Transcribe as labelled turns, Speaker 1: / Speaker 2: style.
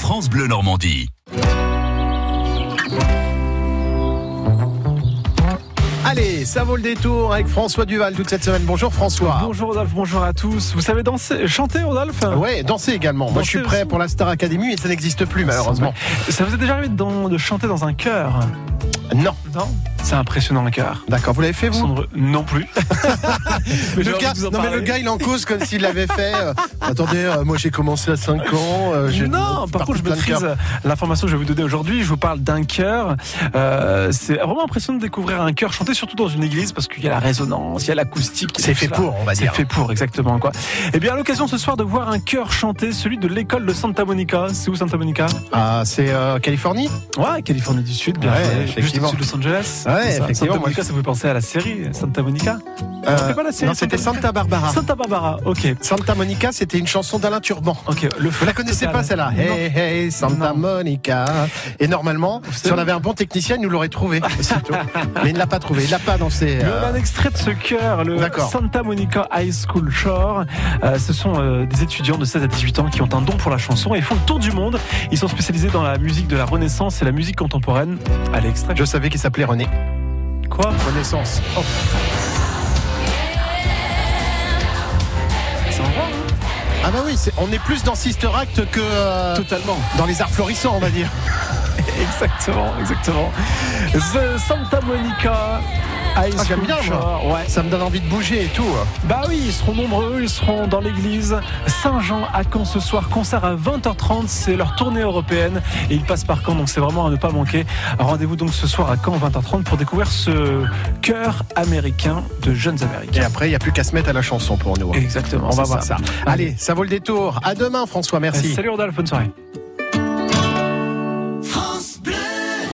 Speaker 1: France Bleu Normandie.
Speaker 2: Allez, ça vaut le détour avec François Duval toute cette semaine. Bonjour François.
Speaker 3: Bonjour Rodolphe, bonjour à tous. Vous savez danser, chanter Rodolphe
Speaker 2: Ouais, danser également. Moi,
Speaker 3: Danser
Speaker 2: je suis prêt
Speaker 3: aussi.
Speaker 2: pour la Star Academy, mais ça n'existe plus malheureusement.
Speaker 3: Ça vous est déjà arrivé de, dans- de chanter dans un chœur
Speaker 2: Non,
Speaker 3: Non C'est impressionnant un chœur.
Speaker 2: d'accord. Vous l'avez fait vous
Speaker 3: Sombre- Non plus. Mais j'ai
Speaker 2: le
Speaker 3: envie
Speaker 2: gars,
Speaker 3: de vous en
Speaker 2: non mais le
Speaker 3: parler.
Speaker 2: gars, il en cause comme s'il l'avait fait. euh, attendez, euh, moi j'ai commencé à 5 ans. euh, j'ai-
Speaker 3: non,
Speaker 2: parti
Speaker 3: par contre,
Speaker 2: de
Speaker 3: je
Speaker 2: plein de
Speaker 3: maîtrise euh,
Speaker 2: cœurs.
Speaker 3: l'information que je vais vous donner aujourd'hui. Je vous parle d'un chœur. Euh, c'est vraiment impressionnant de découvrir un chœur chanté, surtout dans une église, parce qu'il y a la résonance, il y a l'acoustique. il y a
Speaker 2: C'est
Speaker 3: tout
Speaker 2: fait
Speaker 3: cela.
Speaker 2: pour, on va
Speaker 3: C'est
Speaker 2: dire.
Speaker 3: fait pour, exactement. quoi. Eh bien, à l'occasion ce soir de voir un chœur chanter, celui de l'école de Santa Monica. C'est où Santa Monica
Speaker 2: Ah, c'est euh, Californie
Speaker 3: Ouais, Californie du Sud, bien
Speaker 2: Ouais,
Speaker 3: joué. Juste
Speaker 2: effectivement.
Speaker 3: au-dessus de Los Angeles.
Speaker 2: Ouais,
Speaker 3: C'est ça.
Speaker 2: effectivement,
Speaker 3: Santa
Speaker 2: moi,
Speaker 3: Monica, ça vous pensez à la série Santa Monica
Speaker 2: Euh,
Speaker 3: On fait pas la série
Speaker 2: Non, c'était Santa Barbara.
Speaker 3: Santa Barbara, ok.
Speaker 2: Santa Monica, c'était une chanson d'Alain Turban.
Speaker 3: Ok, le
Speaker 2: Vous la connaissez pas celle-là Hey hey Santa
Speaker 3: Non.
Speaker 2: Monica. Et normalement, si on avait un bon technicien, il nous l'aurait trouvé aussitôt. Mais il ne l'a pas trouvé. Il l'a pas dans ses.
Speaker 3: Il y en a
Speaker 2: euh,
Speaker 3: un extrait de ce chœur, le
Speaker 2: D'accord.
Speaker 3: Santa Monica High School Shore. Euh, ce sont euh, des étudiants de 16 à 18 ans qui ont un don pour la chanson et font le tour du monde. Ils sont spécialisés dans la musique de la Renaissance et la musique contemporaine. À l'extrait,
Speaker 2: Je savais qu'il s'appelait René.
Speaker 3: quoi
Speaker 2: Renaissance. Oh,
Speaker 3: Ça en va, hein
Speaker 2: Ah bah oui, c'est- on est plus dans Sister Act que euh,
Speaker 3: Totalement.
Speaker 2: dans les arts florissants, on va dire.
Speaker 3: Exactement, exactement. The Santa Monica High
Speaker 2: Ah, j'aime
Speaker 3: School
Speaker 2: bien, moi.
Speaker 3: Shore. Ouais.
Speaker 2: Ça me donne envie de bouger et tout.
Speaker 3: Bah oui, ils seront nombreux, ils seront dans l'église Saint-Jean à Caen ce soir, concert à 20h30, c'est leur tournée européenne et ils passent par Caen, donc c'est vraiment à ne pas manquer. Rendez-vous donc ce soir à Caen 20h30 pour découvrir ce cœur américain de jeunes
Speaker 2: Et
Speaker 3: américains.
Speaker 2: après, il n'y a plus qu'à se mettre à la chanson pour nous. hein.
Speaker 3: Exactement,
Speaker 2: On va
Speaker 3: c'est
Speaker 2: voir ça. Allez, ça vaut le détour. À demain, François. Merci.
Speaker 3: Salut Rodolphe, bonne soirée.